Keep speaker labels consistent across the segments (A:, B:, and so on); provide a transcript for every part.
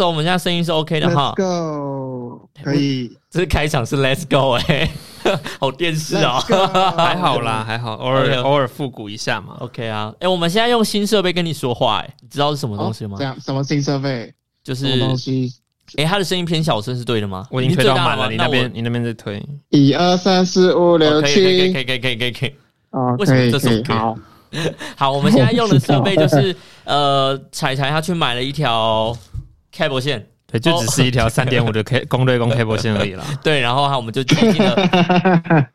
A: 走，我们现在声音是 OK 的哈
B: ，Let's。go，可以，
A: 这是开场是 Let's go 哎、 好电视哦
B: Let's。go
C: 还好啦，，还好，偶尔
A: OK
C: 偶尔复古一下嘛。
A: OK 啊，哎、我们现在用新设备跟你说话、哎，你知道是什么东西吗？
B: 哦这样什么新设备？
A: 就
B: 什么
A: 是
B: 东西？
A: 哎、他的声音偏小声是对的吗？
C: 我已经推到满了，
A: 你
C: 你
A: 最大
C: 那
A: 吗
C: 边你那边在推，
B: 一二三四
A: 那
B: 五
A: 我
B: 六
A: 哦可以
B: 七
A: 可，以可以可以可以可以。
B: 哦，
A: 为什么
B: 可以
A: 这首
B: 可以，
A: 歌
B: 好，
A: 好，我们现在用的设备就是呃，彩彩他去买了一条开脖线，
C: 对，就只是一条三点五的 K 公对公 K 波线而已啦。
A: 对，然后哈，我们就接近了。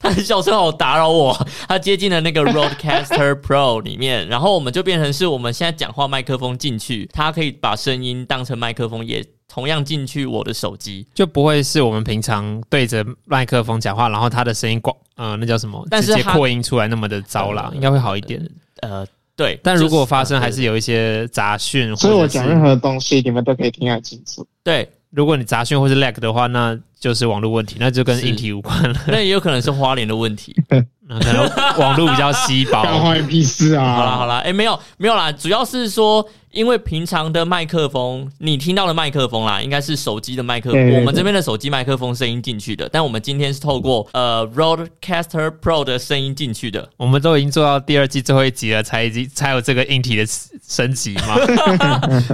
A: 他的笑声好打扰我，他接近了那个 Roadcaster Pro 里面，然后我们就变成是我们现在讲话麦克风进去，它可以把声音当成麦克风，也同样进去我的手机。
C: 就不会是我们平常对着麦克风讲话，然后它的声音光，呃，那叫什么？
A: 但是
C: 直接
A: 它
C: 扩音出来那么的糟啦，应该会好一点。
A: 呃，对。
C: 但如果发
A: 就
C: 生
A: 呃
C: 还是有一些杂讯，
B: 所以我
C: 或者
B: 讲任
C: 是
B: 何东西，你们都可以听得很清楚。
A: 对，
C: 如果你杂讯或是 lag 的话，那就是网络问题，那就跟
A: 是
C: 硬体无关 了。
A: 那也有可能是花莲的问题。
C: 那可能网络比较稀
B: 干
C: 薄，
B: 坏屁事啊！
A: 好啦好啦，哎、没有没有啦，主要是说，因为平常的麦克风，你听到的麦克风啦，应该是手机的麦克
B: 对对对
A: 我们这边的手机麦克风声音进去的，但我们今天是透过呃 Roadcaster Pro 的声音进去的。
C: 我们都已经做到第二季最后一集了，才已经才有这个硬体的升级嘛？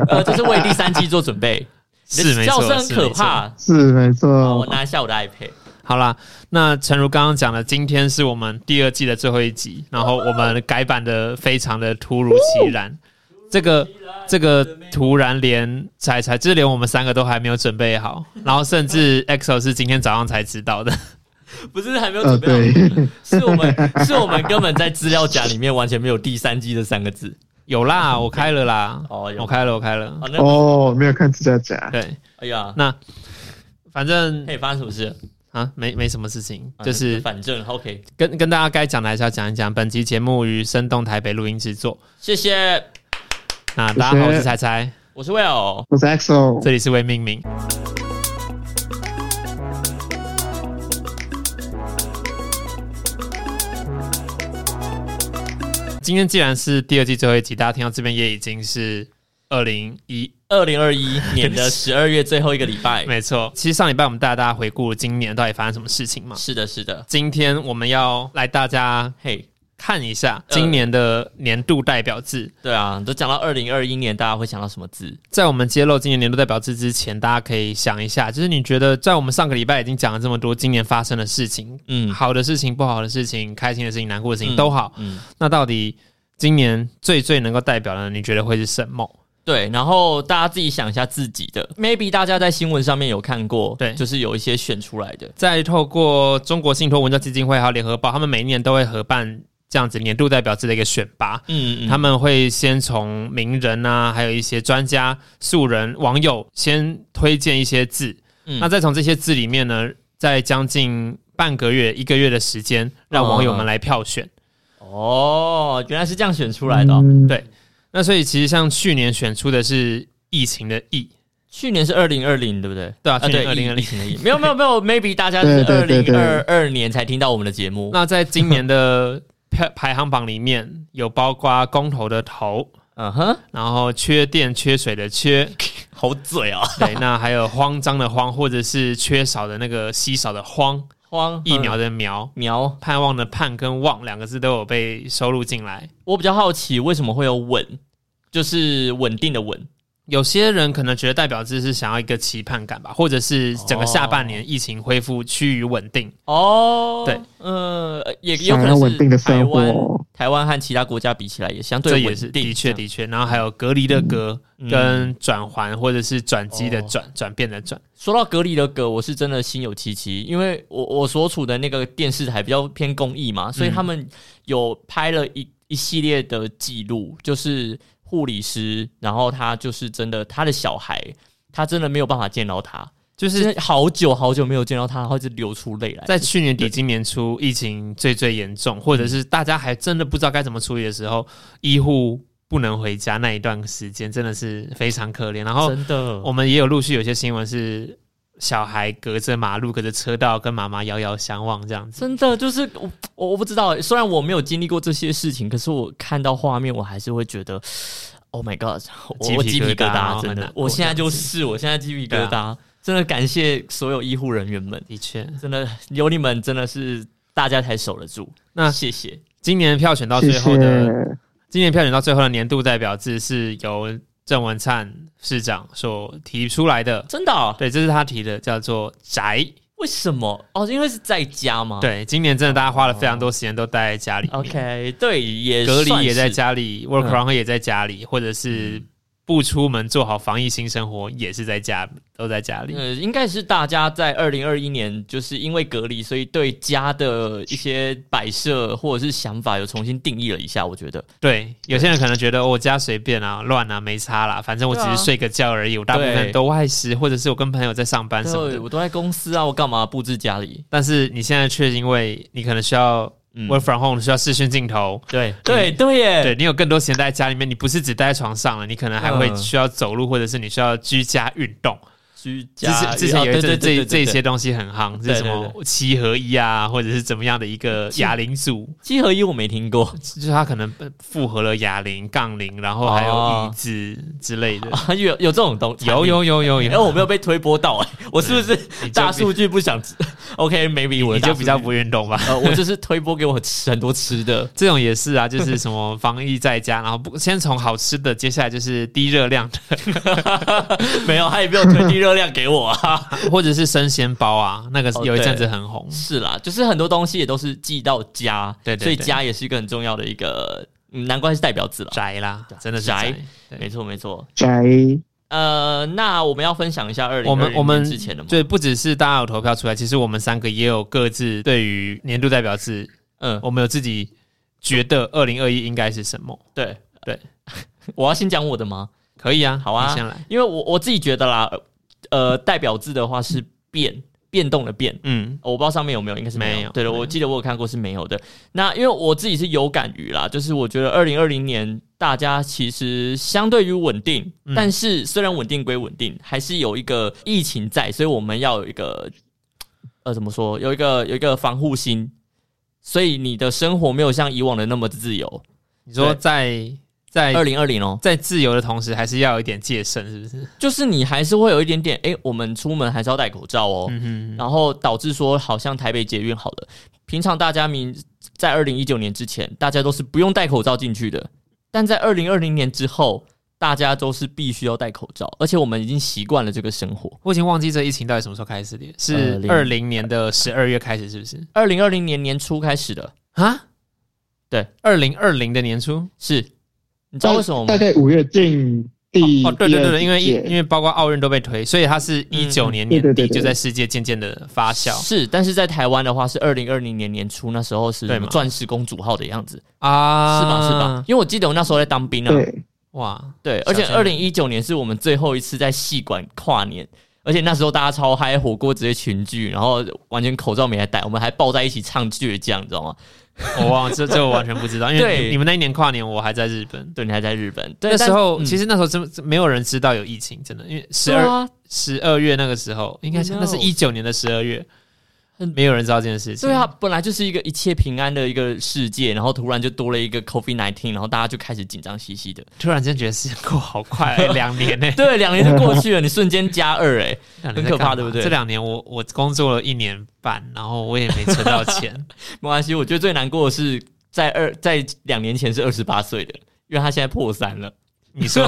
A: 呃，这是为第三季做准备。你的
C: 是没
A: 笑
C: 错，
A: 声很
C: 是
A: 可
C: 没错哦
A: 怕。
B: 是没
A: 好我
B: 错，
A: 拿一下我的 iPad。
C: 好啦，那诚如刚刚讲的，今天是我们第二季的最后一集，然后我们改版的非常的突如其然，
A: 哦
C: 这个这个突然连彩彩，就是连我们三个都还没有准备好，然后甚至 EXO 是今天早上才知道的，
A: 不是还没有准
B: 呃，
C: 哦
A: 备好，
B: 对，
A: 是我们是我们根本在资料夹里面完全没有第三季这三个字。
C: 有啦，我开了啦，
A: 哦有
C: 我开了，我开了，
A: 哦，那
B: 哦，没有看指甲夹，
C: 对，
A: 哎呀，
C: 那反正
A: 嘿，发生什么事？
C: 啊，没没什么事情，
A: 啊
C: 就是
A: 反正 OK，
C: 跟跟大家该讲的还是要讲一讲。本期节目于生动台北录音制作，
A: 谢谢，
C: 那大家好，我是彩彩，
A: 我是 Will。
B: 我是 XO，
C: 这里是为命名。今天既然是第二季最后一集，大家听到这边也已经是二零一，
A: 二零二一年的十二月最后一个礼拜。
C: 没错。其实上礼拜我们带大家回顾今年到底发生什么事情嘛。
A: 是的，是的，
C: 今天我们要来大家
A: 嘿、
C: 看一下
A: 呃
C: 今年的年度代表字。
A: 对啊，都讲到二零二一年，大家会想到什么字？
C: 在我们揭露今年年度代表字之前，大家可以想一下，就是你觉得在我们上个礼拜已经讲了这么多今年发生的事情，
A: 嗯
C: 好的事情、不好的事情、开心的事情、难过的事情
A: 嗯
C: 都好。
A: 嗯，
C: 那到底今年最最能够代表的，你觉得会是什么？
A: 对。然后大家自己想一下自己的，maybe 大家在新闻上面有看过，
C: 对
A: 就是有一些选出来的，
C: 再透过中国信托文教基金会还有联合报，他们每一年都会合办这样子年度代表制的一个选拔。
A: 嗯
C: 他们会先从名人啊，还有一些专家、素人、网友先推荐一些字，
A: 嗯
C: 那再从这些字里面呢，在将近半个月、一个月的时间，让网
A: 啊
C: 友们来票选。嗯
A: 哦，原来是这样选出来的哦、
B: 嗯
C: 对那所以其实像去年选出的是疫情的疫，
A: 去年是二零二零，对不对？
C: 对啊，
A: 啊，
C: 去
A: 对
C: 年，二零二零。
A: 零，没有没有没有，maybe 大家是
B: 对
A: 二
B: 对对
A: 零
B: 对
A: 二二年才听到我们的节目。
C: 那在今 年的排排行榜里面，有包括公投的投，
A: 嗯哼，
C: 然后缺电缺水 的缺，
A: 好嘴啊，
C: 对，那还有慌张的慌，或者是缺少的那个稀少的
A: 嗯
C: 慌，
A: 荒
C: 疫苗的苗。
A: 苗
C: 盼望的盼跟望两个字都有被收录进来。
A: 我比较好奇为什么会有稳，就是稳定的稳。
C: 有些人可能觉得代表字是想要一个期盼感吧，或者是整个下半年疫情恢复趋于稳定。
A: 哦
C: 对，
A: 呃，也有
B: 想
A: 可
B: 要
A: 能
B: 稳定
A: 是
B: 的
A: 台
B: 生
A: 湾，
B: 活，
A: 台湾和其他国家比起来也相
C: 这
A: 对
C: 也
A: 稳
C: 是
A: 定，
C: 的
A: 这
C: 确
A: 样
C: 的确，然后还有隔离的隔、
A: 嗯
C: 跟转环或者是转机的
A: 哦
C: 转、转变的转，
A: 说到隔离的隔，我是真的心有戚戚，因为我我所处的那个电视台比较偏公益嘛，所以他们有拍了一一系列的记录，就是护理师，然后他就是真的他的小孩，他真的没有办法见到他，
C: 就
A: 就是是好久好久没有见到他，然后就流出泪来。
C: 在去年底、今年初疫情最最严重，或者是大家还真的不知道该怎么处理的时候，医护不能回家那一段时间真的是非常可怜。然后
A: 真的，
C: 我们也有陆续有些新闻是小孩隔着马路、隔着车道跟妈妈遥遥相望这样子。
A: 真的就是我我我不知道欸，虽然我没有经历过这些事情，可是我看到画面，我还是会觉得， Oh my god！我
C: 鸡皮
A: 我鸡皮
C: 疙瘩
A: 疙
C: 哦
A: 瘩，真
C: 很难
A: 的，
C: 过
A: 我现在就是，我现在鸡皮
C: 对
A: 疙
C: 啊
A: 瘩，真的感谢所有医护人员们，
C: 的确，
A: 真的有你们，真的是大家才守得住。
C: 那
A: 谢谢，
C: 今年票选到
B: 谢
C: 最后的，
B: 谢。
C: 今年票选到最后的年度代表字是由郑文灿市长所提出来的，
A: 真的哦、
C: 对，这是他提的，叫做宅。
A: 为什么？哦，因为是在家嘛。
C: 对，今年真的大家花了非常多时间都待在家里面
A: 哦，OK，对，也
C: 隔
A: 算
C: 离
A: 是
C: 也在，家里，work
A: 嗯
C: from home 也在家里，或者是不出门做好防疫新生活也是在家，都在家里。
A: 呃，应该是大家在二零二一年就是因为隔离，所以对家的一些摆设或者是想法有重新定义了一下。我觉得，
C: 对，有些人可能觉得、哦我家随便啊，乱啊，没差啦，反正我只
A: 对啊
C: 是睡个觉而已，我大部分
A: 对
C: 都外食，或者是我跟朋友在上班什么
A: 对，
C: 的。
A: 我都在公司啊，我干嘛布置家里？
C: 但是你现在却因为你可能需要
A: 嗯
C: work from home，需要视讯镜头，
A: 对对对耶，
C: 对你有更多时间待在家里面，你不是只待在床上了，你可能还会
A: 嗯
C: 需要走路，或者是你需要居家运动。
A: 居
C: 之
A: 家啊
C: 前之前有一
A: 对对
C: 阵
A: 对
C: 这
A: 对
C: 这
A: 对
C: 些东西很夯，
A: 对对
C: 是什么七合一啊，或者是怎么样的一个哑铃组，
A: 七合一我没听过
C: 就是它可能呃复合了哑铃、杠铃，然后还有
A: 哦
C: 椅子之类的。
A: 啊，有有这种东
C: 有，有有有
A: 哎、
C: 有，
A: 我没有被推波到哎、我是不
C: 你
A: 是
C: 就
A: 大数据不想？OK，maybe、我
C: 你
A: 的大
C: 就
A: 数
C: 比
A: 据
C: 较不运动吧。
A: 呃，我就是推波给我吃很多吃的，
C: 这种也是啊，就是什么防疫在家，然后不先从好吃的，接下来就是低热量的，
A: 没有，他也没有推低热量给我啊。
C: 或者是生鲜包啊，那个
A: 哦
C: 有一阵子
A: 对
C: 很红。
A: 是啦，就是很多东西也都是寄到家，
C: 对对
A: 所以
C: 对
A: 家也是一个很重要的一个，嗯难怪是代表字了。
C: 宅啦，真的是
A: 宅
C: 宅。对
A: 没错，没错。
B: 宅
A: 呃，那我们要分享一下二零
C: 我们我们
A: 之前的吗？
C: 对，不只是大家有投票出来，其实我们三个也有各自对于年度代表是，
A: 嗯，
C: 我们有自己觉得二零二一应该是什么。
A: 对
C: 对。
A: 我要先讲我的吗？
C: 可以啊，
A: 好啊
C: 你先来。
A: 因为我我自己觉得啦，呃，代表字的话是变变动的变，
C: 嗯，
A: 哦我不知道上面有没有，应该是没有。
C: 没有
A: 对的，
C: 没有
A: 我记得我有看过是没有的。那因为我自己是有感于啦，就是我觉得二零二零年大家其实相对于稳定，
C: 嗯
A: 但是虽然稳定归稳定，还是有一个疫情在，所以我们要有一个呃怎么说，有一个有一个防护心。所以你的生活没有像以往的那么自由。
C: 你说
A: 对
C: 在
A: 二
C: 在
A: 零二零哦，
C: 在自由的同时，还是要有一点戒慎，是不是？
A: 就是你还是会有一点点，诶，我们出门还是要戴口罩哦。
C: 嗯
A: 然后导致说，好像台北捷运好了，平常大家明在二零一九年之前，大家都是不用戴口罩进去的，但在二零二零年之后，大家都是必须要戴口罩，而且我们已经习惯了这个生活。
C: 我已经忘记这疫情到底什么时候开始的，是二
A: 20
C: 零年的十二月开始，是不是？
A: 二零二零年年初开始的，
C: 啊，
A: 对，
C: 二零二零的年初。
A: 是，你知道为什么
B: 呃大
A: 吗？
B: 概五月进第
C: 哦，对对对对，因为
B: 第
C: 因
B: 二届
C: 因为包括奥运都被推，所以它是一九年
B: 对对
C: 年底
B: 对对
C: 就在世界渐渐的发酵
A: 是，但是在台湾的话是二零二零年年初，那时候是
C: 对
A: 什么
C: 嘛
A: 钻石公主号的样子，
C: 啊，
A: 是吧？是吧？？因为我记得我那时候在当兵啊，
B: 对
C: 哇，
A: 对，而且
C: 小
A: 二
C: 鲜
A: 零一九年是我们最后一次在戏馆跨年，而且那时候大家超嗨，火锅直接群聚，然后完全口罩没来戴，我们还抱在一起唱倔强，你知道吗？
C: 我忘了，这这我完全不知道，因为
A: 对
C: 你你们那一年跨年我还在日本，
A: 对，你还在日本，对
C: 那时候其
A: 实
C: 实那时候真真没有人知道有疫情，真的，因为十
A: 对
C: 二
A: 啊，
C: 十二月那个时候，应该是
A: No
C: 那是一九年的十二月
A: 很，
C: 没有人知道这件事情。
A: 对啊，，本来就是一个一切平安的一个世界，然后突然就多了一个 COVID nineteen，然后大家就开始紧张兮兮的。
C: 突然间觉得时间过好快、欸，两年呢、欸，
A: 对，两年就过去了，你瞬间加二哎、
C: 两
A: 很
C: 年
A: 可怕
C: 在干嘛
A: 对不对
C: 这两年我我工作了一年半，然后我也没存到 钱，
A: 没关系，我觉得最难过的是在二在两年前是二十八岁的，因为他现在破三了。
C: 你说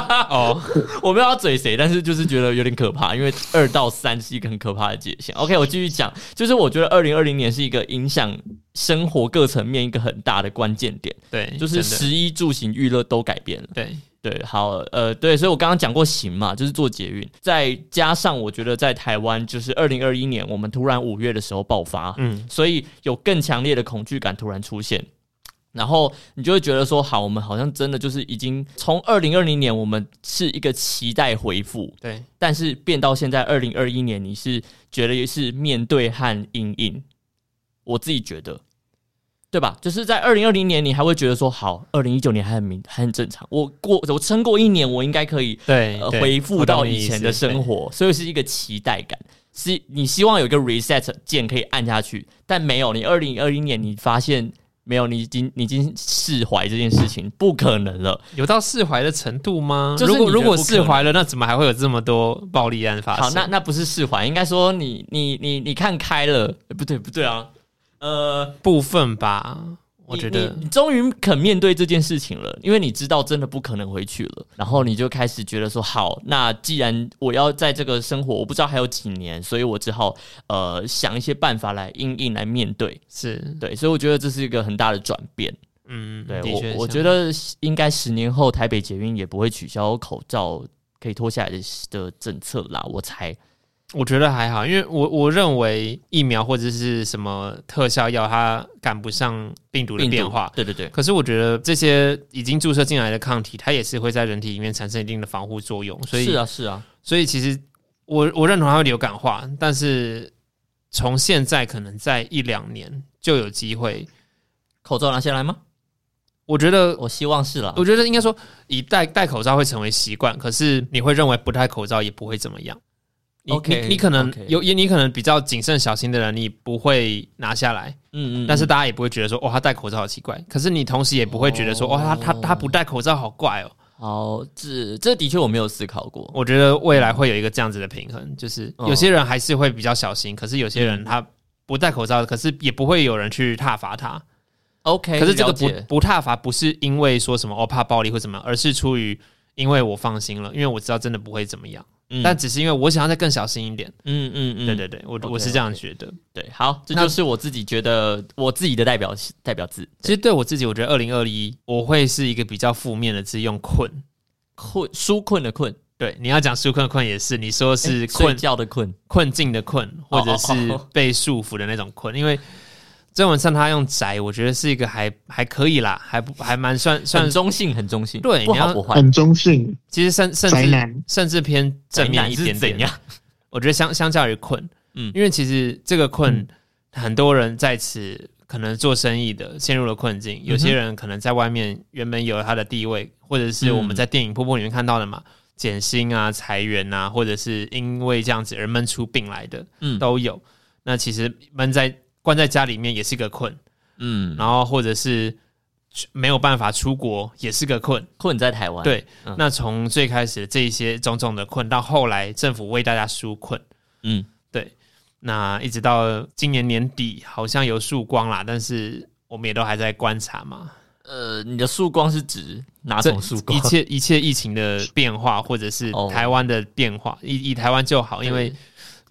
C: 哦，
A: 我没有要嘴谁，但是就是觉得有点可怕，因为二到三是一个很可怕的界限。OK，我继续讲，就是我觉得二零二零年是一个影响生活各层面一个很大的关键点，
C: 对，
A: 就是
C: 真的
A: 食衣住行娱乐都改变了。
C: 对，
A: 对，好，呃，对，所以我刚刚讲过行嘛，就是做捷运，再加上我觉得在台湾，就是二零二一年我们突然五月的时候爆发，
C: 嗯，
A: 所以有更强烈的恐惧感突然出现。然后你就会觉得说，好，我们好像真的就是已经从二零二零年，我们是一个期待回复，
C: 对，
A: 但是变到现在二零二一年，你是觉得是面对和阴影，我自己觉得，对吧？就是在二零二零年，你还会觉得说，好，二零一九年还很明还很正常，我过我撑过一年，我应该可以
C: 对，
A: 呃
C: 对
A: 恢复到以前的生，活，所以是一个期待感，是你希望有一个 reset 键可以按下去，但没有。你二零二一年你发现没有，你已经你已经释怀这件事情，不可能了。
C: 有到释怀的程度吗？
A: 就是
C: 如果
A: 你觉得
C: 如果
A: 不可
C: 释
A: 能
C: 怀了，那怎么还会有这么多暴力案发生？
A: 好，那那不是释怀，应该说你你你你看开了，呃不对不对啊，呃，
C: 部分吧，我
A: 你
C: 觉得
A: 你你终于肯面对这件事情了，因为你知道真的不可能回去了，然后你就开始觉得说，好，那既然我要在这个生活，我不知道还有几年，所以我只好呃想一些办法来应应来面对，
C: 是，
A: 对，所以我觉得这是一个很大的转变。
C: 嗯，
A: 对
C: 的确
A: 我，我
C: 像
A: 觉得应该十年后台北捷运也不会取消口罩可以脱下来的的政策啦，我猜。
C: 我觉得还好，因为我我认为疫苗或者是什么特效药，它赶不上病毒的
A: 病毒
C: 变化。
A: 对对对，
C: 可是我觉得这些已经注射进来的抗体，它也是会在人体里面产生一定的防护作用，所以
A: 是啊是啊，
C: 所以其实我我认同它会流感化，但是从现在可能在一两年就有机会。
A: 口罩拿下来吗？
C: 我觉得
A: 我希望是啦。
C: 我觉得应该说，以戴戴口罩会成为习惯，可是你会认为不戴口罩也不会怎么样。你
A: OK，
C: 你你可能
A: OK
C: 有，也你可能比较谨慎小心的人，你不会拿下来，
A: 嗯嗯，
C: 但是
A: 嗯
C: 大家也不会觉得说，哦，他戴口罩好奇怪。可是你同时也不会觉得说，
A: 哦
C: 哦，他他他不戴口罩好怪哦。
A: 好，这这的确我没有思考过。
C: 我觉得未来会有一个这样子的平衡，就是
A: 哦
C: 有些人还是会比较小心，可是有些
A: 嗯
C: 人他不戴口罩，可是也不会有人去挞伐他。
A: OK，
C: 可是这
A: 哎
C: 个
A: 了
C: 不
A: 解
C: 不踏伐不是因为说什么哦怕暴力或什么，而是出于因为我放心了，因为我知道真的不会怎么样，
A: 嗯
C: 但只是因为我想要再更小心一点。
A: 嗯嗯嗯，
C: 对对对，我
A: OK，
C: 我是这样觉得。
A: 对，好，这
C: 那
A: 就是我自己觉得我自己的代表代表字。
C: 其实对我自己，我觉得二零二一我会是一个比较负面的字，用困。
A: 困纾困的困，
C: 对，你要讲纾困困也是，你说是
A: 睡
C: 困
A: 觉的困。
C: 困境的困，或者
A: 哦
C: 是
A: 哦
C: 被束缚的那种困，因为。郑文灿他用宅，我觉得是一个还还可以啦，还不还蛮算算
A: 很中性，很中性，
C: 对
A: 不
C: 你
A: 好
C: 要
A: 不坏。
B: 很中性，
C: 其实甚甚
B: 宅
C: 至
B: 男
C: 甚至偏正面一
A: 宅男
C: 点
A: 是
C: 点
A: 怎。样？
C: 我觉得相相较于困，
A: 嗯
C: 嗯，因为其实这个困，很多人在此可能做生意的陷入了困
A: 嗯
C: 境，有些人可能在外面原本有他的地位，或者是
A: 嗯
C: 我们在电影《瀑布》里面看到的嘛，减薪啊、裁员啊，或者是因为这样子而闷出病来的
A: 嗯
C: 都有。那其实闷在关在家里面也是个困，
A: 嗯，
C: 然后或者是没有办法出国也是个困。
A: 困在台湾。，
C: 对，
A: 嗯
C: 那从最开始这一些种种的困，到后来政府为大家纾困，
A: 嗯，
C: 对，那一直到今年年底好像有曙光啦，但是我们也都还在观察 嘛，
A: 呃，你的曙光是指哪
C: 这
A: 种曙光
C: 一？切一切疫情的变化，或者是
A: 哦
C: 台湾的变化，以以台湾就好，因为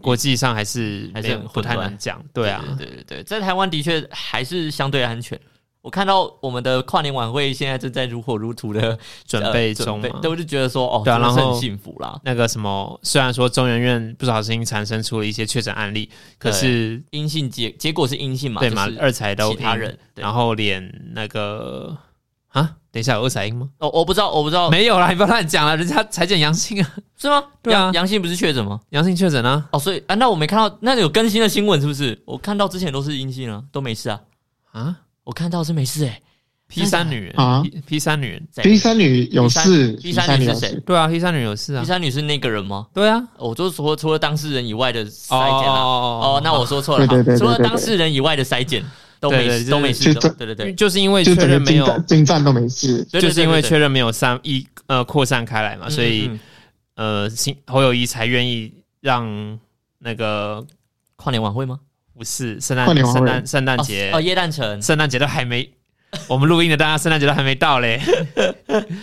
C: 国际上还是
A: 还是
C: 没有
A: 很混
C: 不太
A: 乱
C: 能讲，对啊，
A: 对对对对，在台湾的确还是相对安全。我看到我们的跨年晚会现在正在如火如荼的呃
C: 准备中嘛。
A: 对，我就觉得说哦，
C: 对啊
A: 真的是
C: 然后
A: 很幸福啦。
C: 那个什么，虽然说中研院不小心产生出了一些确诊案例，可是
A: 阴性结结果是阴性嘛，
C: 对
A: 啊就
C: 嘛，
A: 是
C: 二才都
A: 其他
C: 赢
A: 人对
C: 然后连那个啊，等一下有二才音吗？
A: 哦，我不知道，我不知道，
C: 没有啦，你不要乱讲了，人家裁剪阳性啊，
A: 是吗？
C: 对啊
A: 阳阳性不是确诊吗？
C: 阳性确诊啊
A: 哦，所以啊，那我没看到，那有更新的新闻是不是？我看到之前都是阴性啊，都没事啊，
C: 啊
A: 我看到是没事哎、
C: ，P 三女人
B: 啊
C: ，P 三女人，
A: 欸。
B: 第三女有事，
A: 第三
B: 女
A: 女
B: 有
A: 是
B: 事
A: 谁？
C: 对啊，P 三女有事啊
A: 第，三女是那个人吗？哦
C: 对啊，
A: 我就说除了当事人以外的
C: 哦
A: 筛检啊。
C: 哦
A: 哦，那我说错了，
B: 对对对
A: 好
B: 对
A: 除了
B: 对对
A: 当事人以外的筛检都
C: 对
A: 没
C: 对
A: 事
C: 就是
A: 都没事的
B: 就，
A: 对对
C: 因为
A: 对，
C: 就是因为
B: 就
C: 确
B: 整个
C: 认没
B: 进
C: 有，
B: 站进站都没事。
A: 对
C: 就是因为确
A: 对
C: 认没有散一呃扩散开来嘛，
A: 对
C: 所以
A: 嗯嗯
C: 呃，新侯友谊才愿意让那个
A: 跨年晚会吗？
C: 不是圣
B: 跨
C: 诞
B: 年晚
C: 圣
B: 会
C: 诞圣诞
A: 哦
C: 节
A: 哦，耶诞城
C: 圣诞节都还没，我们录音的大家圣诞节都还没到嘞。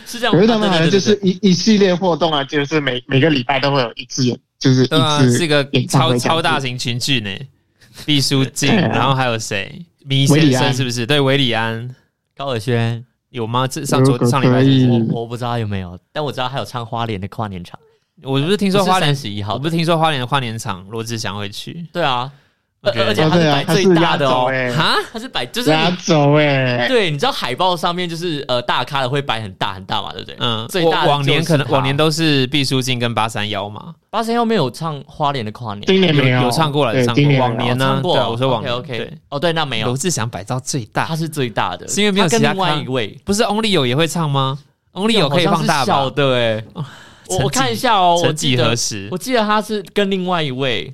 A: 是这样吗，
B: 可是他们
A: 啊对对对
B: 好像就
A: 对
B: 是一一系列活动啊，就是每每个礼拜都会有一次演，就是一
C: 对啊，
B: 次
C: 是个
B: 演唱
C: 超
B: 会这样
C: 超
B: 子
C: 大型群聚呢， 毕书尽，
B: 对啊
C: 然后还有谁？米
B: 韦
C: 先
B: 礼
C: 生
B: 安
C: 是不是？对，韦礼安
A: 高尔宣，
C: 有吗？这上
B: 如
C: 周
B: 果
C: 上礼
B: 可
C: 拜
B: 以
C: 是
B: 嗯
A: 我我不知道他有没有，但我知道他有唱花莲的跨年场。
C: 我不是听
A: 你
C: 说花莲，
A: 十一号
C: 我不
A: 的？
C: 是听说花莲的跨年场罗志祥会去
A: 对啊，
C: 我
A: 而
C: 觉得
A: 而且
B: 哦，
A: 他
B: 对
A: 是
B: 啊
A: 摆，
B: 他
A: 最
B: 是
A: 大
B: 压
A: 的
B: 轴
A: 哦，
B: 哎，啊
C: 哈，
A: 他是摆就是
B: 压
A: 你
B: 轴哎，
A: 对，你知道海报上面就是呃大咖的会摆很大很大嘛，对不对？
C: 嗯，
A: 最
C: 我
A: 大的
C: 往年
A: 就是
C: 可能
A: 他
C: 往年都是毕书尽跟八三幺嘛，
A: 八三幺没有唱花莲的跨年，
B: 今年没
C: 有唱过了，
B: 对
C: 唱
B: 今
C: 过
B: 年
C: 往
B: 没有
C: 年
A: 哦
C: 呢
A: 唱，过
C: 对啊，我说往
A: OK
C: 年
A: OK
C: 对，
A: 哦对，那没有
C: 罗，志祥摆到最大
A: 他，是最大的，
C: 是因为没有
A: 他跟
C: 其他
A: 另外
C: 咖
A: 一 位
C: 不是 Only 有也会唱吗？Only 有可以
A: 好像
C: 放
A: 是
C: 大
A: 小
C: 吧？
A: 的哎，我
C: 曾
A: 我看
C: 几
A: 一下哦，我
C: 曾
A: 记
C: 几何
A: 得
C: 时
A: 我？记得他是跟另外一位。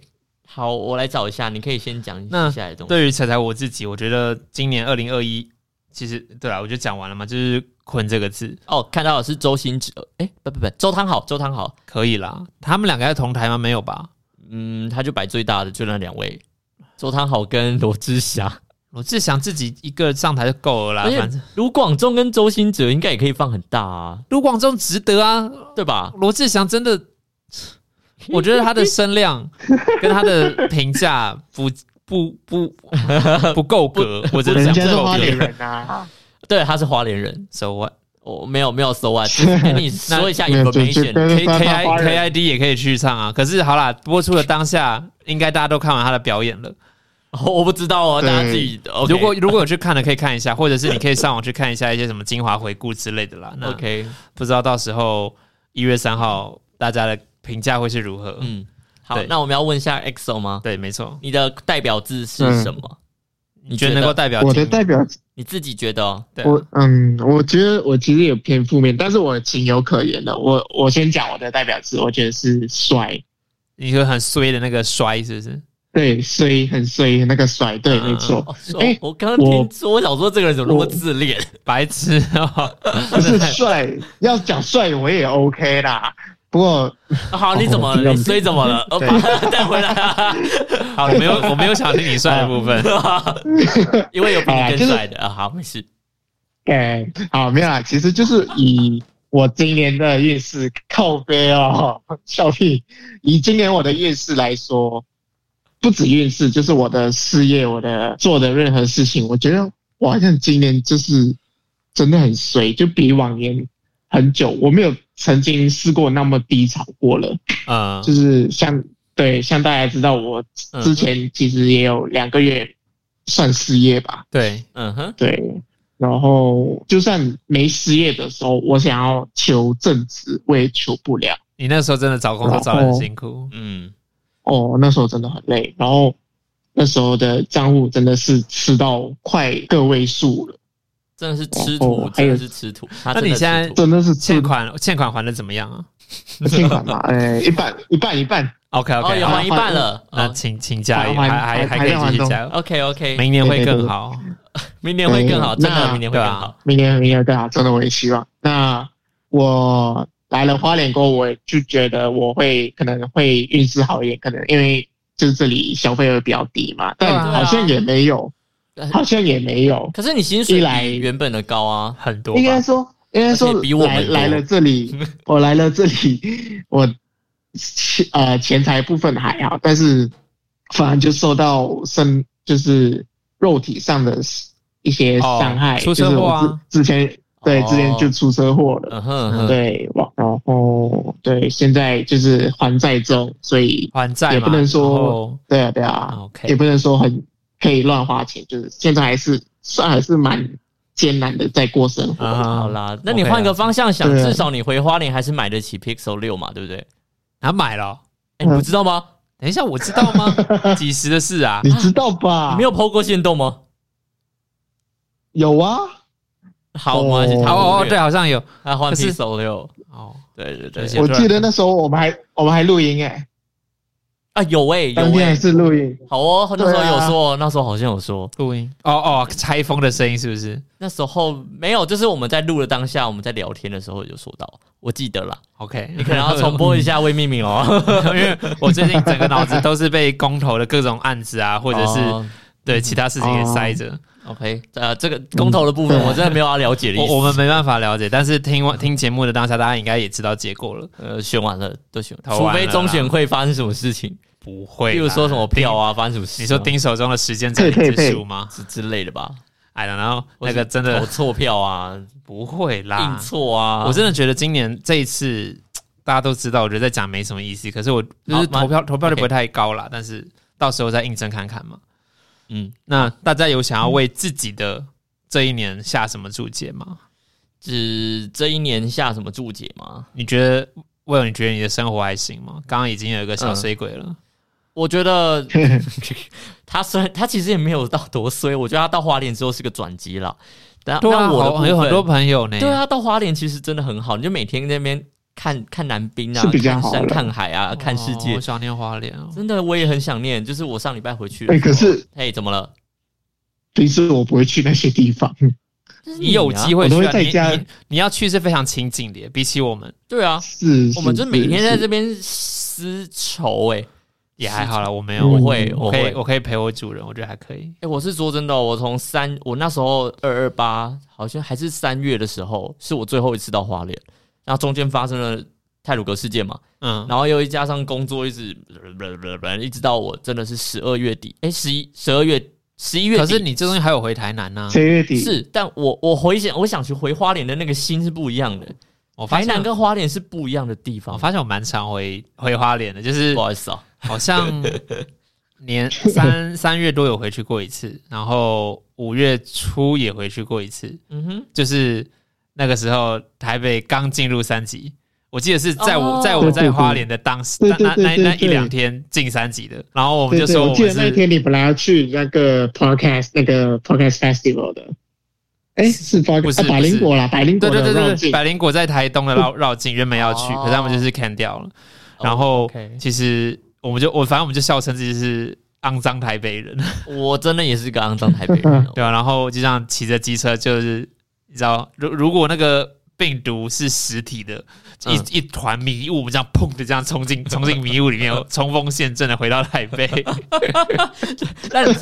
A: 好，我来找一下，你可以先讲一
C: 那
A: 下来的东西。
C: 对于彩彩我自己，我觉得今年二零二一其实对啊，我就讲完了嘛，就是“困”这个字
A: 哦，看到的是周星驰，哎、不不不，周汤好，周汤好，
C: 可以啦。他们两个在同台吗？没有吧？
A: 嗯，他就摆最大的就那两位，周汤好跟罗志祥。
C: 罗志祥自己一个上台就够了啦，
A: 而且
C: 反正
A: 卢广仲跟周星哲应该也可以放很大啊，
C: 卢广仲值得啊。
A: 对吧？
C: 罗志祥真的，我觉得他的声量跟他的评价不不不不够格，我只能
B: 人
C: 讲
B: 家是
C: 不够
B: 花莲
C: 格。
B: 人啊，
A: 对，他是花莲人，
C: So what？
A: 我、没有没有 so what，就是跟你说一下
B: 没有就就
A: information，
B: 跟
C: K
B: 他
C: K
B: 他
C: I
B: 花
C: K
B: 莲
C: I D 也可以去唱啊。可是好啦，播出的当下，应该大家都看完他的表演了。
A: 我不知道哦，大
B: 对
A: 家自己。OK
C: 如果如果有去看的，可以看一下，或者是你可以上网去看一下一些什么精华回顾之类的啦。那
A: OK，
C: 不知道到时候一月三号大家的评价会是如何？
A: 嗯，好
C: 对，
A: 那我们要问一下 EXO 吗？
C: 对，没错。
A: 你的代表字是什
B: 嗯
A: 么？
C: 你觉得能够代表
B: 我的
C: 今
B: 代表，
A: 你自己觉得哦？
C: 对啊
B: 我嗯，我觉得我其实也偏负面，但是我情有可原的。我我先讲我的代表词，我觉得是帅，
C: 你说很衰的那个衰是不是？
B: 对，衰很衰那个帅，对，没错。
A: 哦，是哦
B: 哎
A: 我刚刚听说，我想说这个人怎么那么自 恋？
C: 白痴 哦、
B: 不是帅，要讲帅我也 OK 啦。不过
A: 好，你怎么
B: 哦
A: 了？你所以怎么了？哦，把他 带回来 啊！
C: 好，我没有，我没有想听你帅的 部分。
A: 因为有比
B: 哎呀
A: 你
B: 就
A: 更
B: 是
A: 帅的啊。好，没事。
B: 哎、好，没有啦，其实就是以我今年的运势靠背哦，笑屁。以今年我的运势来说，不止运势，就是我的事业，我的做的任何事情，我觉得我好像今年就是真的很衰，就比往年很久，我没有曾经试过那么低潮过了。
C: 嗯
B: 就是像对，像大家知道，我
A: 嗯
B: 之前其实也有两个月算失业吧，
C: 对，
A: 嗯哼，
B: 对，然后就算没失业的时候，我想要求正职，我也求不了。
C: 你那时候真的找工作找得很辛苦，
A: 嗯，
B: 哦，那时候真的很累，然后那时候的账户真的是吃到快个位数了，
A: 真的是吃土，
B: 哦还
A: 真
B: 有
A: 的是吃土。他
C: 那
A: 真
C: 你
A: 的吃
C: 现在
A: 土
B: 真的是
C: 欠
B: 吃
C: 款欠款还的怎么样啊
B: 欠款嘛，哎，一半一半一半，
C: ？OK
A: 哦，
C: OK，、
A: 有哦
C: 好，
A: 还一半了。
C: 那请请加油，
B: 还
C: 还
B: 还
C: 还还可以继续加油，
A: OK OK，
C: 明年会更好。
A: 明年会更好，真的
B: 嗯那
A: 明年会更
C: 对
A: 好
C: 啊。
B: 明年明年更好，真的我也希望。那我来了花莲过后，我就觉得我会可能会运势好一点，可能因为就是这里消费会比较低嘛，
C: 对
B: 但
C: 啊
B: 好像也没有，
A: 呃
B: 好像也没有。
A: 可是你薪水
B: 一来
A: 比原本的高啊，
C: 很多
B: 应该
C: 吧，
B: 说，应该
A: 而
B: 说
A: 且比我们
B: 来
A: 多
B: 来了这里，我来了这里，我钱呃钱财部分还好，但是反而就受到身就是肉体上的一些伤害，
C: 哦出车祸啊
B: 就是我之之前对
A: 哦
B: 之前就出车祸了，
A: 嗯哼嗯哼，
B: 对，哇然后哦对现在就是还债中，所以
C: 还债嘛，
B: 也不能说
C: 然后
B: 对啊对
A: 哦
B: 啊
C: OK
B: 也不能说很可以乱花钱，就是现在还是算还是蛮艰难的在过生活。
C: 啊哈
A: 好啦，那你换个方向想，
B: 嗯对啊
A: 至少你回花莲还是买得起 Pixel 六嘛，对不对？
C: 他买了哦、
B: 嗯
A: 哎，你不知道吗？
C: 等一下，我知道 吗？几时的事啊
B: 你？知道吧？
A: 你没有抛过线动吗？
B: 有啊，
A: 好，我们
B: 哦
A: 他
C: 哦
A: 忽
C: 哦，
A: 略
C: 对，，好像有
A: 他换
C: 可是
A: Pixel 六，
C: 哦，
A: 对对对
C: 而，且
B: 我
C: 对
B: 记得那时候我们还我们还录音哎、
A: 啊，有哎
B: 当
A: 有
B: 天还
A: 哎，
B: 是录音，
A: 好哦，那时候
B: 对啊
A: 有说，那时候好像有说，
C: 录音哦哦，拆封的声音是不是
A: 那时候没有，就是我们在录的当下，我们在聊天的时候有说到，我记得 啦，
C: ？OK，
A: 你可能要重播一下未命名哦，
C: 因为我最近整个脑子都是被公投的各种案子啊，或
A: 或
C: 者是、对其他事情给塞
A: 哦
C: 着，
A: OK，呃，这个公投的部分
B: 嗯
A: 我真的没有要了解的意思。
C: 我我们没办法了解。但是听完听节目的当下，大家应该也知道结果了，
A: 呃选完了都选完了，
C: 投
A: 除
C: 完了啦
A: 非中选会发生什么事情，
C: 不会。
A: 例如说什么？票啊，发生什么事，
C: 你说
A: 钉
C: 丁手中的时间整理之书吗
A: 子之类的吧？
C: ？I don't know，
A: 或
C: 那
A: 是
C: 个真
A: 投
C: 的
A: 错票啊，
C: 不会
A: 印
C: 啦。
A: 错啊，
C: 我真的觉得今年这一次大家都知道，我觉得在讲没什么意思。可是我就
A: 好
C: 是投票投票率
A: OK
C: 不太高啦，但是到时候再印证看看嘛。
A: 嗯，
C: 那大家有想要为自己的这一年下什么注解吗？
A: 指这一年下什么注解吗？
C: 你觉得，为了你觉得你的生活还行吗？刚刚已经有一个小衰鬼了，
A: 我觉得 他虽然他其实也没有到多衰，我觉得他到花莲之后是个转机啦。但
C: 对啊，
A: 但我的
C: 好
A: 部分
C: 有很多朋友呢。
A: 对，啊，到花莲其实真的很好，你就每天在那边看看南滨啊，
B: 是比较
A: 看
B: 好
A: 山
B: 了
A: 看海
C: 哦
A: 啊，看世界
C: 我，想念花莲哦。
A: 真的我也很想念。就是我上礼拜回去
B: 哎、
A: 的时候，
B: 可是
A: 哎，怎么了？
B: 平时我不会去那些地方，
A: 就是
C: 你有机
A: 会，
C: 会
B: 我都
C: 去
B: 会
C: 啊，
B: 在家
C: 你你你要去是非常亲近的，比起我们
A: 对啊，
B: 是，
A: 我们
B: 是
A: 就每天在
B: 是
A: 这边私仇哎、欸
C: 也还
A: 是
C: 好啦，我没有，
A: 我
B: 嗯
A: 会，
C: 我
A: 我
C: 可
A: 会
C: 以，，我可以陪我主人，我觉得还可以。
A: 哎、我是说真的哦、我从三，我那时候二二八，好像还是三月的时候，是我最后一次到花莲。那中间发生了泰鲁格事件嘛，
C: 嗯，
A: 然后又加上工作一直，一直到我真的是十二月底，哎、1十一十二月十一月底。
C: 可是你这东西还有回台南啊呐、
B: 七月底
A: 是，但我我回想，我想去回花莲的那个心是不一样的。
C: 我发
A: 台南
C: 现，
A: 跟花莲是不一样的地
C: 我
A: 方。
C: 发现我蛮常回回花莲的，就是
A: 不好意思啊，
C: 好像年三三月多有回去过一次，然后五月初也回去过一次，
A: 嗯哼，
C: 就是那个时候台北刚进入三级，我记得是在我、
A: 哦
C: 在我在花莲的当时
B: 对
C: 那
B: 对
C: 那
B: 对
C: 那
B: 对
C: 那一
B: 对
C: 两天进三级的，然后我们
B: 对
C: 就
B: 对，
C: 说
B: 我
C: 我
B: 记
C: 们
B: 得那
C: 是
B: 天你本来要去那个 podcast 那个 podcast festival 的，哎，是 podcast
C: 不是
B: 啊百灵果啦，百灵
C: 对
B: 果
C: 对
B: 的
C: 对
B: 绕
C: 对对，
B: 境，
C: 百灵果在台东的 绕绕境原本要去，
A: 哦
C: 可是他们就是 can 掉了，然后
A: OK
C: 其实我们就我反正我们就笑称自己是肮脏台北 人。
A: 我真的也是个肮脏台北人、 哦。
C: 对啊，然后就这样骑着机车，就是你知道，如如果那个病毒是实体的，一、
A: 嗯
C: 一团迷雾，这样砰的这样冲进冲进迷雾里 面，冲锋陷阵的回到台北。
A: 那 哦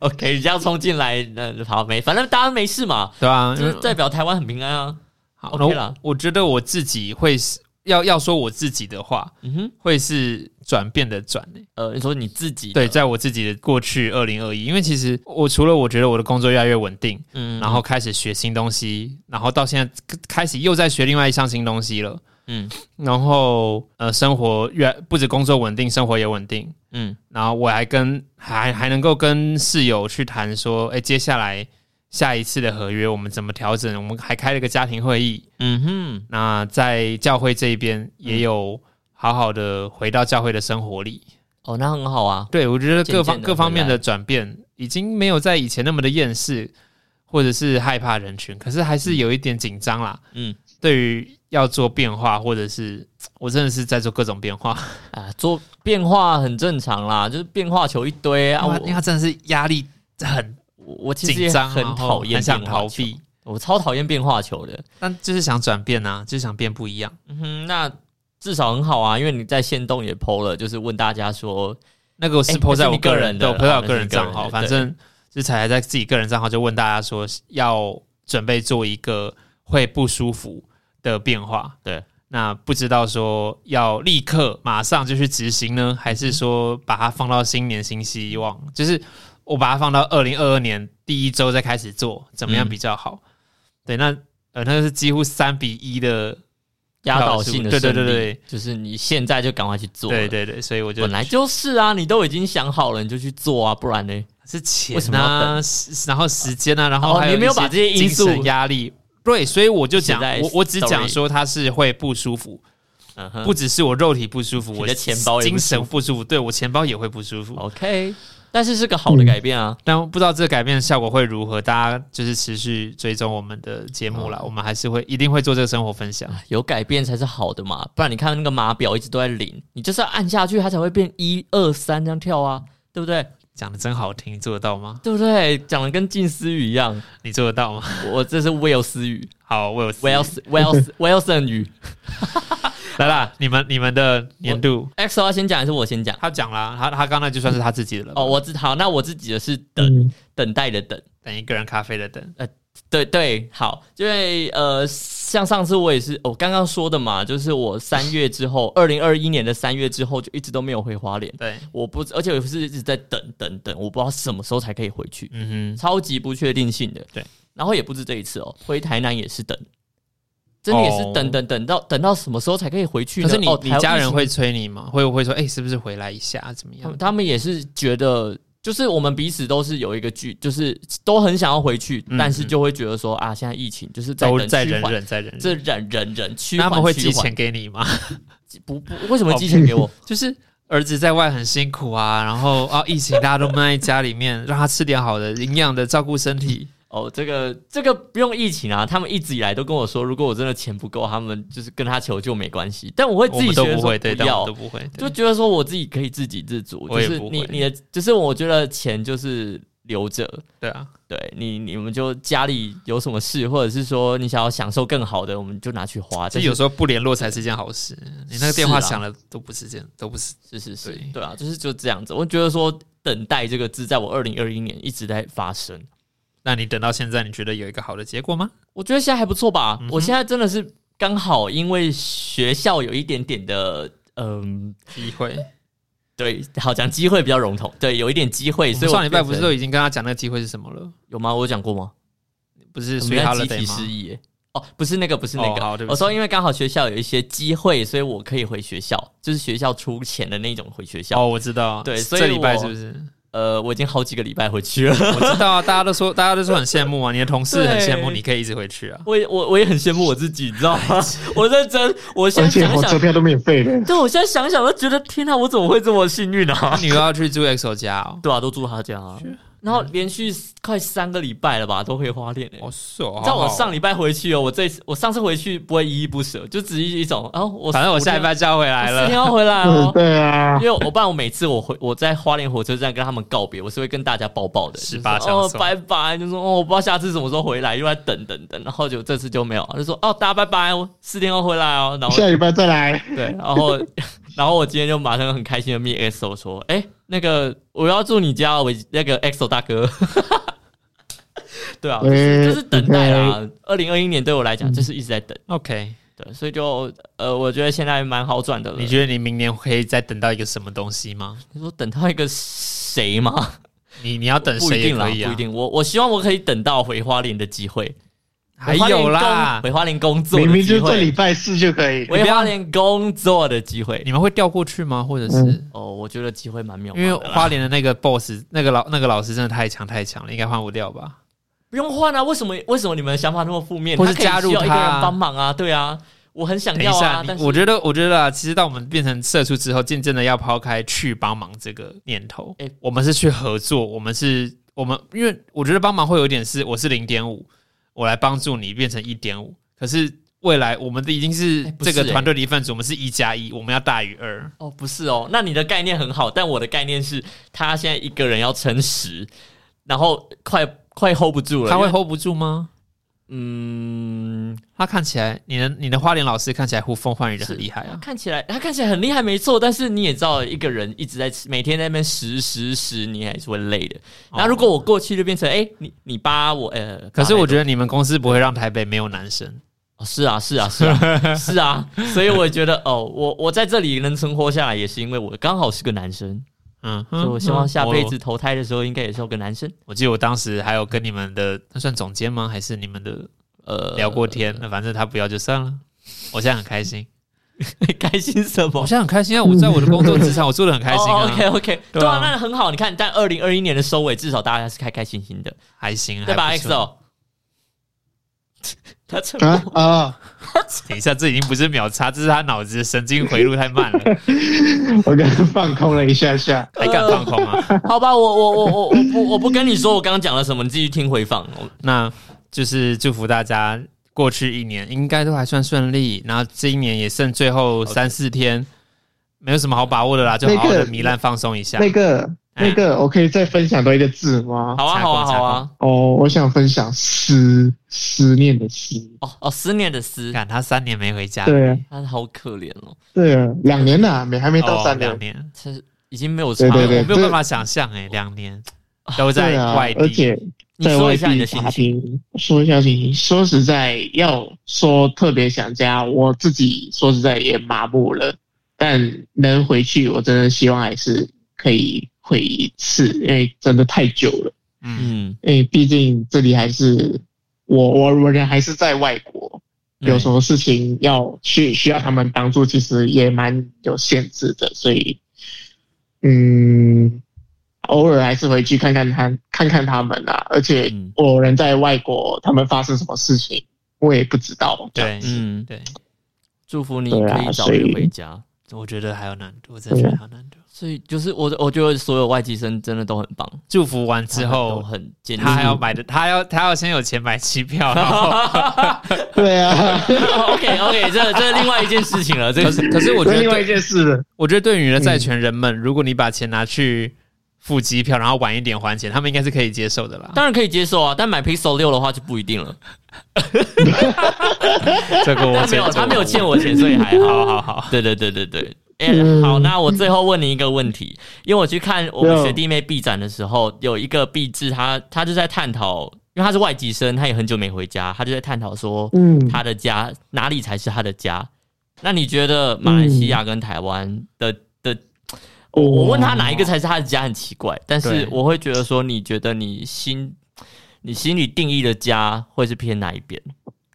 A: OK，你这样冲进来，那好没，反正大家没事嘛，
C: 对啊，
A: 就是代表台湾很平安啊。
C: 好
A: OK 啦
C: 我我觉得我自己会是要要说我自己的话，
A: 嗯哼，
C: 会是转变的转、欸
A: 呃，你说你自己
C: 对，，在我自己的过去二零二一，因为其实我除了我觉得我的工作越来越稳定，
A: 嗯
C: 然后开始学新东西，然后到现在开始又在学另外一项新东西了。
A: 嗯
C: 然后呃，生活越不止工作稳定，生活也稳定。
A: 嗯
C: 然后我还跟还还能够跟室友去谈说，哎，接下来下一次的合约我们怎么调整？我们还开了个家庭会议。
A: 嗯哼，
C: 那在教会这边
A: 嗯
C: 也有好好的回到教会的生活里。
A: 哦，那很好啊。
C: 对我觉得各
A: 渐渐
C: 方
A: 地
C: 各方面
A: 回来
C: 的转变，已经没有在以前那么的厌世，或者是害怕人群，可是还是有一点紧张啦。
A: 嗯
C: 对于要做变化，或者是我真的是在做各种变化。
A: 啊，做变化很正常啦，就是变化球一堆啊。
C: 因为因为他
A: 我
C: 真的是压力很
A: 我我其实
C: 紧
A: 也
C: 张，
A: 很
C: 然后
A: 讨厌
C: 很想
A: 变化
C: 逃
A: 球
C: 避，，
A: 我超讨厌变化球的。
C: 但就是想转变啊，就是想变不一样。
A: 嗯哼，那至少很好啊，因为你在线动也 PO 了，就是问大家说，
C: 那个我是
A: 哎
C: PO
A: 那
C: 在
A: 是
C: 我
A: 你个人
C: 人
A: 的
C: 对我 PO 在
A: 哦
C: 我个人账
A: 那是
C: 号，
A: 你个人的
C: 反正就才在自己个人账号就问大家说要准备做一个会不舒服的变化。
A: 对，
C: 那不知道说要立刻马上就去执行呢，还是说把它放到新年新希望？就是我把它放到二零二二年第一周再开始做，怎么样
A: 嗯
C: 比较好？对，那呃，那是几乎三比一的
A: 压倒性的
C: 对对
A: 胜利
C: 对对，
A: 就是你现在就赶快去做了。
C: 对对对，所以我就
A: 本来就是啊，你都已经想好了，你就去做啊，不然呢？
C: 是钱
A: 为什么要
C: 啊，时然后时间啊，然后
A: 哦
C: 还
A: 你没有
C: 一些
A: 把这些因素
C: 精神压力。对，所以我就讲
A: 写在，
C: 我我只
A: story
C: 讲说它是会不舒服，
A: 嗯哼
C: 不只是我肉体不舒服，
A: 你的
C: 我
A: 钱包也
C: 精
A: 不舒服哦
C: 神不舒服，对我钱包也会不舒服。
A: OK，但是是个好的改变啊。
C: 但不知道这个改变效果会如何，大家就是持续追踪我们的节目
A: 嗯
C: 啦，我们还是会一定会做这个生活分享。
A: 啊有改变才是好的嘛，不然你看那个码表一直都在零，你就是要按下去，它才会变一二三这样跳啊，对不对？
C: 讲的真好听，你做得到吗？
A: 对不对？讲的跟近思语一样，
C: 你做得到吗？
A: 我这是威尔斯语
C: 好，我有
A: 威尔斯威尔斯威尔森语。呃
C: 来啦，你们你们的年度，
A: XO 哦要先讲还是我先讲？
C: 他讲啦，他他刚才就算是他自己的了吧。
A: 哦，我自好，那我自己的是等、
B: 嗯，
A: 等待的等，
C: 等一个人咖啡的等，
A: 对对，好，因为呃，像上次我也是我刚刚说的嘛，就是我三月之后，二零二一年的三月之后就一直都没有回花莲，
C: 对，
A: 我不，而且我是一直在等等等，我不知道什么时候才可以回去，
C: 嗯哼，
A: 超级不确定性的。
C: 对，
A: 然后也不止这一次哦，回台南也是等，真的也是
C: 哦
A: 等等等到等到什么时候才可以回去呢？
C: 可是你、
A: 哦
C: 你
A: 台湾
C: 家
A: 疫
C: 人
A: 情
C: 会催你吗？会不会说，哎、是不是回来一下怎么
A: 他
C: 样
A: 们？他们也是觉得，就是我们彼此都是有一个距，就是都很想要回去，
C: 嗯
A: 但是就会觉得说啊，现在疫情就是在
C: 都
A: 等
C: 在
A: 趋
C: 忍
A: 缓，
C: 忍，在忍
A: 这
C: 忍。
A: 忍忍忍趋
C: 那他们
A: 缓
C: 会
A: 趋
C: 寄
A: 缓
C: 钱，哦给你 吗？
A: 不不，为什么寄钱给我？
C: 就是儿子在外很辛苦啊，然后啊，疫情大家都闷在家里面，让他吃点好的、营养的，照顾身体。
A: 哦，这个这个不用疫情啊，他们一直以来都跟我说，如果我真的钱不够，他们就是跟他求救没关系，但我 会
C: 我
A: 自己
C: 们
A: 觉
C: 都
A: 得
C: 不
A: 说
C: 会，对，但我
A: 要
C: 们都。不会。
A: 就
C: 对
A: 觉得说我自己可以自给自足，就
C: 我也
A: 是
C: 不
A: 你
C: 会
A: 你的，就是我觉得钱就是留着。
C: 对啊，
A: 对你，你们就家里有什么事，或者是说你想要享受更好的，我们就拿去花。
C: 其实有时候不联络才是一件好事。你那个电话响了都不是件，都不是。
A: 是是是，
C: 对
A: 对啊，就是就这样子。我觉得说“等待”这个字，在我二零二一年一直在发生。
C: 那你等到现在，你觉得有一个好的结 果吗？
A: 我觉得现在还不错吧。
C: 嗯哼
A: 我现在真的是刚好因为学校有一点点的，嗯，
C: 机会，
A: 对，好讲机会比较笼统，对，有一点机会，
C: 我
A: 所
C: 们
A: 以我
C: 上礼拜不是
A: 变
C: 都
A: 成
C: 已经跟他讲那个机会是什么了？
A: 有吗？我有讲过吗？
C: 不是
A: 我
C: 随
A: 们
C: 他
A: 在
C: 了
A: 集
C: 得
A: 体
C: 吗
A: 失？忆耶。哦，不是那个，不是那
C: 哦好
A: 个。
C: 对不
A: 我
C: 起
A: 说，因为刚好学校有一些机会，所以我可以回学校，就是学校出钱的那种回学校。
C: 哦，我知道，
A: 对所以
C: 这礼拜
A: 我
C: 是不是？
A: 呃，我已经好几个礼拜回去了。
C: 我知道啊，大家都说，大家都说很羡慕啊，你的同事很羡慕，
A: 对
C: 你可以一直回去啊。
A: 我也我我也很羡慕我自己，你知道吗？我认真，我现
B: 而
A: 在
B: 且
A: 想
B: 火车
A: 想，
B: 票都免费的。
A: 对我现在想想都觉得，天哪，我怎么会这么幸运
C: 那
A: 啊？
C: 你又要去住 XO 家哦？
A: 对啊，都住他家、啊，然后连续快三个礼拜了吧，都回花莲诶、
C: 我说，
A: 你知道
C: 哦好
A: 我
C: 好
A: 上礼拜回去哦，我这次我上次回去不会依依不舍，就只是一种啊，我
C: 反正我下礼拜就要回来
A: 四天
C: 了。
A: 要回来
B: 嗯
A: 哦，，
B: 对啊
A: 因，为我不然我每次我回我在花莲火车站跟他们告别，我是会跟大家抱抱的，
C: 十
A: 就
C: 八
A: 是说
C: 相
A: 哦
C: 送
A: 拜拜，就说哦我不知道下次什么时候回来，又要等等等，然后就这次就没有，就说哦大家拜拜，我四天后回来哦，然后
B: 下礼拜再来。
A: 对，然后 然后我今天就马上很开心的密 XO 说，哎、那个我要住你家哦，我那个 XO 大哥， 对啊，就是
B: 喂
A: 就是等待啦，二零二一年对我来讲就是一直在等，
C: OK，
A: 对，所以就呃我觉得现在蛮好转的了，
C: 你觉得你明年可以再等到一个什么东西吗？
A: 你说等到一个谁吗？
C: 你你要等
A: 不
C: 谁
A: 一
C: 也
A: 定啦，
C: 可以啊，
A: 不一定。我我希望我可以等到回花莲的机会，
C: 还有啦，
A: 回花莲工回花莲工作的
B: 明明就
A: 机
B: 是这礼
A: 会，
B: 拜四就可以。
A: 回花莲工作的机会。
C: 你们会调过去吗？或者是、
B: 嗯
A: 哦，我觉得机会蛮渺
C: 因为
A: 茫的啦，
C: 花莲的那个 boss 那个老那个老师真的太强太强了，应该换不掉吧？
A: 不用换啊。为什么为什么你们的想法那么负面？
C: 或是
A: 他可以
C: 加入
A: 需要一个
C: 他啊
A: 人帮忙啊，对啊，我很想
C: 等一
A: 要
C: 下，
A: 啊
C: 你，
A: 但是
C: 我觉得我觉得啊，其实当我们变成社畜之后，渐渐的要抛开去帮忙这个念头。
A: 哎
C: 我们是去合作，我们是我们，因为我觉得帮忙会有一点是我是零点五，我来帮助你变成一点五，可是。未来我们的已经是
A: 哎不
C: 这
A: 是
C: 个
A: 哎
C: 团队的一份子，我们是一加一，我们要大于二。
A: 哦不是哦，那你的概念很好，但我的概念是他现在一个人要撑十，然后快快 hold 不住了，
C: 他会
A: 因为
C: hold 不住吗？
A: 嗯，
C: 他看起来，你的你的花莲老师看起来呼风唤雨的很
A: 是
C: 厉害
A: 他
C: 啊。
A: 看起来他看起来很厉害，没错，但是你也知道，一个人一直在吃每天在那边十十十，你还是会累的。那、如果我过去就变成，哎、你你扒我，呃，
C: 哦可是我觉
A: 得、
C: 得你们公司不会让台北没有男生，
A: 哦是啊，是啊，是啊，是啊，所以我觉得，哦，我我在这里能存活下来，也是因为我刚好是个男生，
C: 嗯，
A: 所以我希望下辈
C: 嗯
A: 子投胎的时候，应该也是要个男生。
C: 我我记得我当时还有跟你们的，那嗯算总监吗？还是你们的
A: 呃，
C: 聊过天？那反正他不要就算了。我现在很开心，
A: 开心什么
C: 我？现在很开心啊！我在我的工作职场， 我做的很开心
A: 哦、
C: 啊
A: OK，OK，
C: 对啊
A: 对啊，那很好。你看，但二零二一年的收尾，至少大家是开开心心的，
C: 还行，
A: 对吧
C: 还不错
A: ？XO，他沉默
B: 啊啊！
C: 等一下，这已经不是秒差，这是他脑子的神经回路太慢 了，
B: 我刚刚放空了一下下。
C: 还敢放空啊？
A: 好吧，我我我我我不我不跟你说我刚刚讲了什么，你自己听回放。哦我
C: 那就是祝福大家过去一年应该都还算顺利，然后这一年也剩最后三四天，没有什么好把握的啦，就好好
B: 那
C: 的
B: 个
C: 糜烂放松一下。
B: 那个那个，我可以再分享多一个字吗？
A: 哎好啊，好啊，好啊。
B: 哦，我想分享思思念的思。
A: 哦哦，思念的思，
C: 看他三年没回家，哦
B: 对啊，
A: 他好可怜哦，
B: 对啊，两年了，没还没到
C: 哦，
B: 三
C: 两
B: 年。
C: 年，
A: 他已经没有差了。
B: 对对
C: 哎我
B: 对
C: 没有办法想象
A: 哦
C: 哎，两年都在
B: 对啊
C: 外
B: 而
C: 地，
B: 且
A: 你
B: 在
A: 说
B: 外
A: 一下你
B: 地
A: 的心
B: 打
A: 情。
B: 拼，说一下心情。说实在，要说特别想家，我自己说实在也麻木了。但能回去，我真的希望还是可以回一次，因为真的太久了。
C: 嗯，
A: 嗯，
B: 因为毕竟这里还是我我我人还是在外国，有什么事情要去需要他们帮助，其实也蛮有限制的，所以嗯，偶尔还是回去看看他看看他们啊。而且
A: 嗯
B: 我人在外国，他们发生什么事情我也不知道。
C: 对，嗯
A: 嗯
C: 对，
A: 祝福你
B: 对
A: 可
B: 啊
A: 以早
B: 所
A: 日
B: 以
A: 回家。
C: 我觉得还有难度，我真的觉得还有难度。
A: 所以就是我，我觉得所有外籍生真的都很棒，
C: 祝福完
A: 他
C: 之
A: 们都
C: 后。
A: 很坚持。
C: 他还 要买的，他要他要先有钱买机票，然后
B: 对啊，
A: OK OK，这哦这是另外一件事情了。这
C: 可
A: 个
C: 是可是我觉
B: 这
C: 得
B: 另外
C: 对
B: 一件事了。
A: 嗯
C: 我觉得对于你的债权人们，如果你把钱拿去付机票，然后晚一点还钱，他们应该是可以接受的啦。
A: 当然可以接受啊，但买 Pixel 六的话就不一定了。
C: 这个我
A: 但没有，
C: 这个
A: 他没有欠我钱，所以还好。
C: 好好好，
A: 对对对对对。哎、
B: 嗯
A: 好，那我最后问你一个问题，因为我去看我们
B: 嗯
A: 学弟妹毕展的时候，有一个毕志，他他就在探讨，因为他是外籍生，他也很久没回家，他就在探讨说
B: 嗯
A: 他的家哪里才是他的家。那你觉得马来西亚跟台湾的的，我
B: 哦
A: 我问他哪一个才是他的家很奇怪，但是
C: 对
A: 我会觉得说，你觉得你心你心里定义的家会是偏哪一边？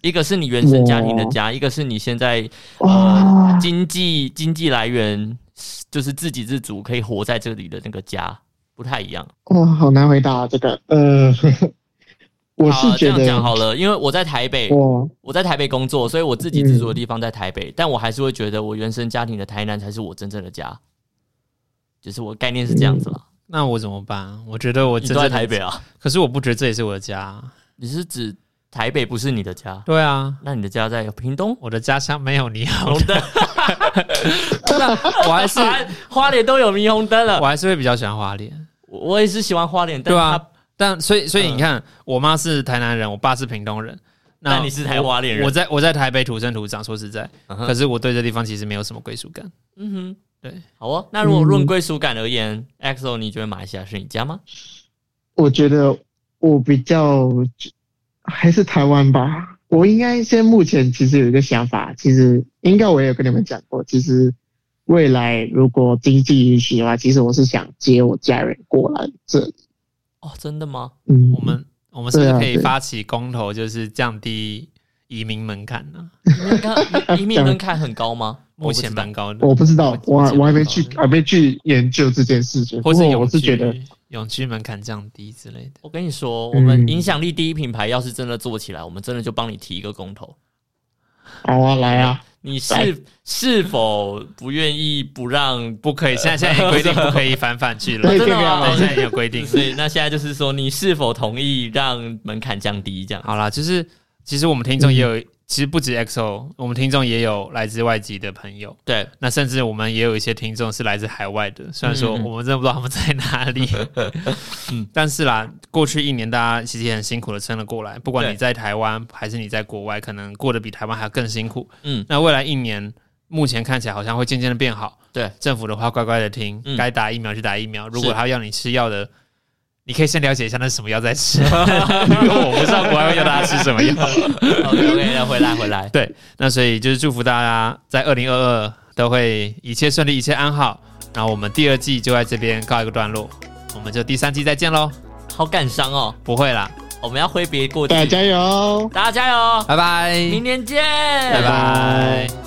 A: 一个是你原
B: 哦
A: 生家庭的家，一个是你现在
B: 哇，
A: 经济经济来源就是自给自足，可以活在这里的那个家不太一样。
B: 哇，好难回答、啊、这个。呃， 我
A: 好
B: 是
A: 啊，这
B: 觉
A: 样讲
B: 得，
A: 好了，因为我在台北，
B: 我嗯
A: 我在台北工作，所以我自给自足的地方在台北，但我还是会觉得我原生家庭的台南才是我真正的家，就是我概念是这样子
B: 嗯
A: 了。
C: 那我怎么办？我觉得我
A: 你
C: 真
A: 都
C: 正
A: 在台
C: 的
A: 北，啊？
C: 可是我不觉得这也是我的家啊。
A: 你是指台北不是你的家？
C: 对啊，
A: 那你的家在屏东？
C: 我的家乡没有你好
A: 红， 灯，
C: 我还是
A: 花莲都有霓虹灯了
C: 我。还是会比较喜欢花莲。
A: 我我也是喜欢花莲，但嗯
C: 对
A: 它
C: 啊，但所以所以你看，我妈是台南人，我爸是屏东人。
A: 那你是台花莲人
C: 我在我在台北土生土长，说实在，
A: 嗯哼
C: 可是我对这地方其实没有什么归属感。
A: 嗯哼，
C: 对，
A: 好哦。那如果论
B: 嗯
A: 归属感而言，EXO，你觉得马来西亚是你家吗？
B: 我觉得我比较还是台湾吧。我应该现在目前其实有一个想法，其实应该我也有跟你们讲过，其实未来如果经济允许的话，其实我是想接我家人过来这里。
A: 哦，真的吗？
B: 嗯，
C: 我们我们是不是
B: 对啊
C: 可以
B: 对
C: 发起公投，就是降低移民门槛呢？
A: 你们 看移民门槛很高 吗？
C: 目前
A: 吧
C: 蛮，高的，
B: 我不知道，我
C: 我
B: 我还没去
C: 我
B: 还没去研究这件事情，
C: 或
B: 不
C: 是
B: 过
C: 永
B: 我是觉得
C: 居永居门槛降低之类的。
A: 我跟你说，我们
B: 嗯
A: 影响力第一品牌要是真的做起来，我们真的就帮你提一个公投。
B: 好啊，来啊，
A: 你
B: 来
A: 是是否不愿意不让？
C: 不可以，现在现 在已经规定不可以反反去了，
B: 对
A: 真的
C: 对
A: 吗
C: 现在已经有规定。
A: 所以那现在就是说，你是否同意让门槛降低？这样
C: 好啦，就是其实我们听众也有，其实不止 XO，我们听众也有来自外籍的朋友，
A: 对，
C: 那甚至我们也有一些听众是来自海外的，虽然说
A: 嗯嗯
C: 我们真的不知道他们在哪 里，嗯，但是啦，过去一年大家其实也很辛苦的撑了过来，不管
A: 对
C: 你在台湾还是你在国外，可能过得比台湾还要更辛苦。
A: 嗯，
C: 那未来一年，目前看起来好像会渐渐的变好。
A: 对，
C: 政府的话乖乖的听
A: 嗯，
C: 该打疫苗就打疫苗。如
A: 是
C: 果他要你吃药的，你可以先了解一下那是什么药再 吃，因为我不知道国外会叫大家吃什么药。
A: OK OK，来回来回来，
C: 对，那所以就是祝福大家在二零二二都会一切顺利，一切安好。然后我们第二季就在这边告一个段落，我们就第三季再见喽。
A: 好感伤哦，
C: 不会啦，
A: 我们要挥别过去
B: 大，家加油！
A: 大家加油，
C: 拜拜，
A: 明天见，
C: 拜
A: 拜
C: 拜。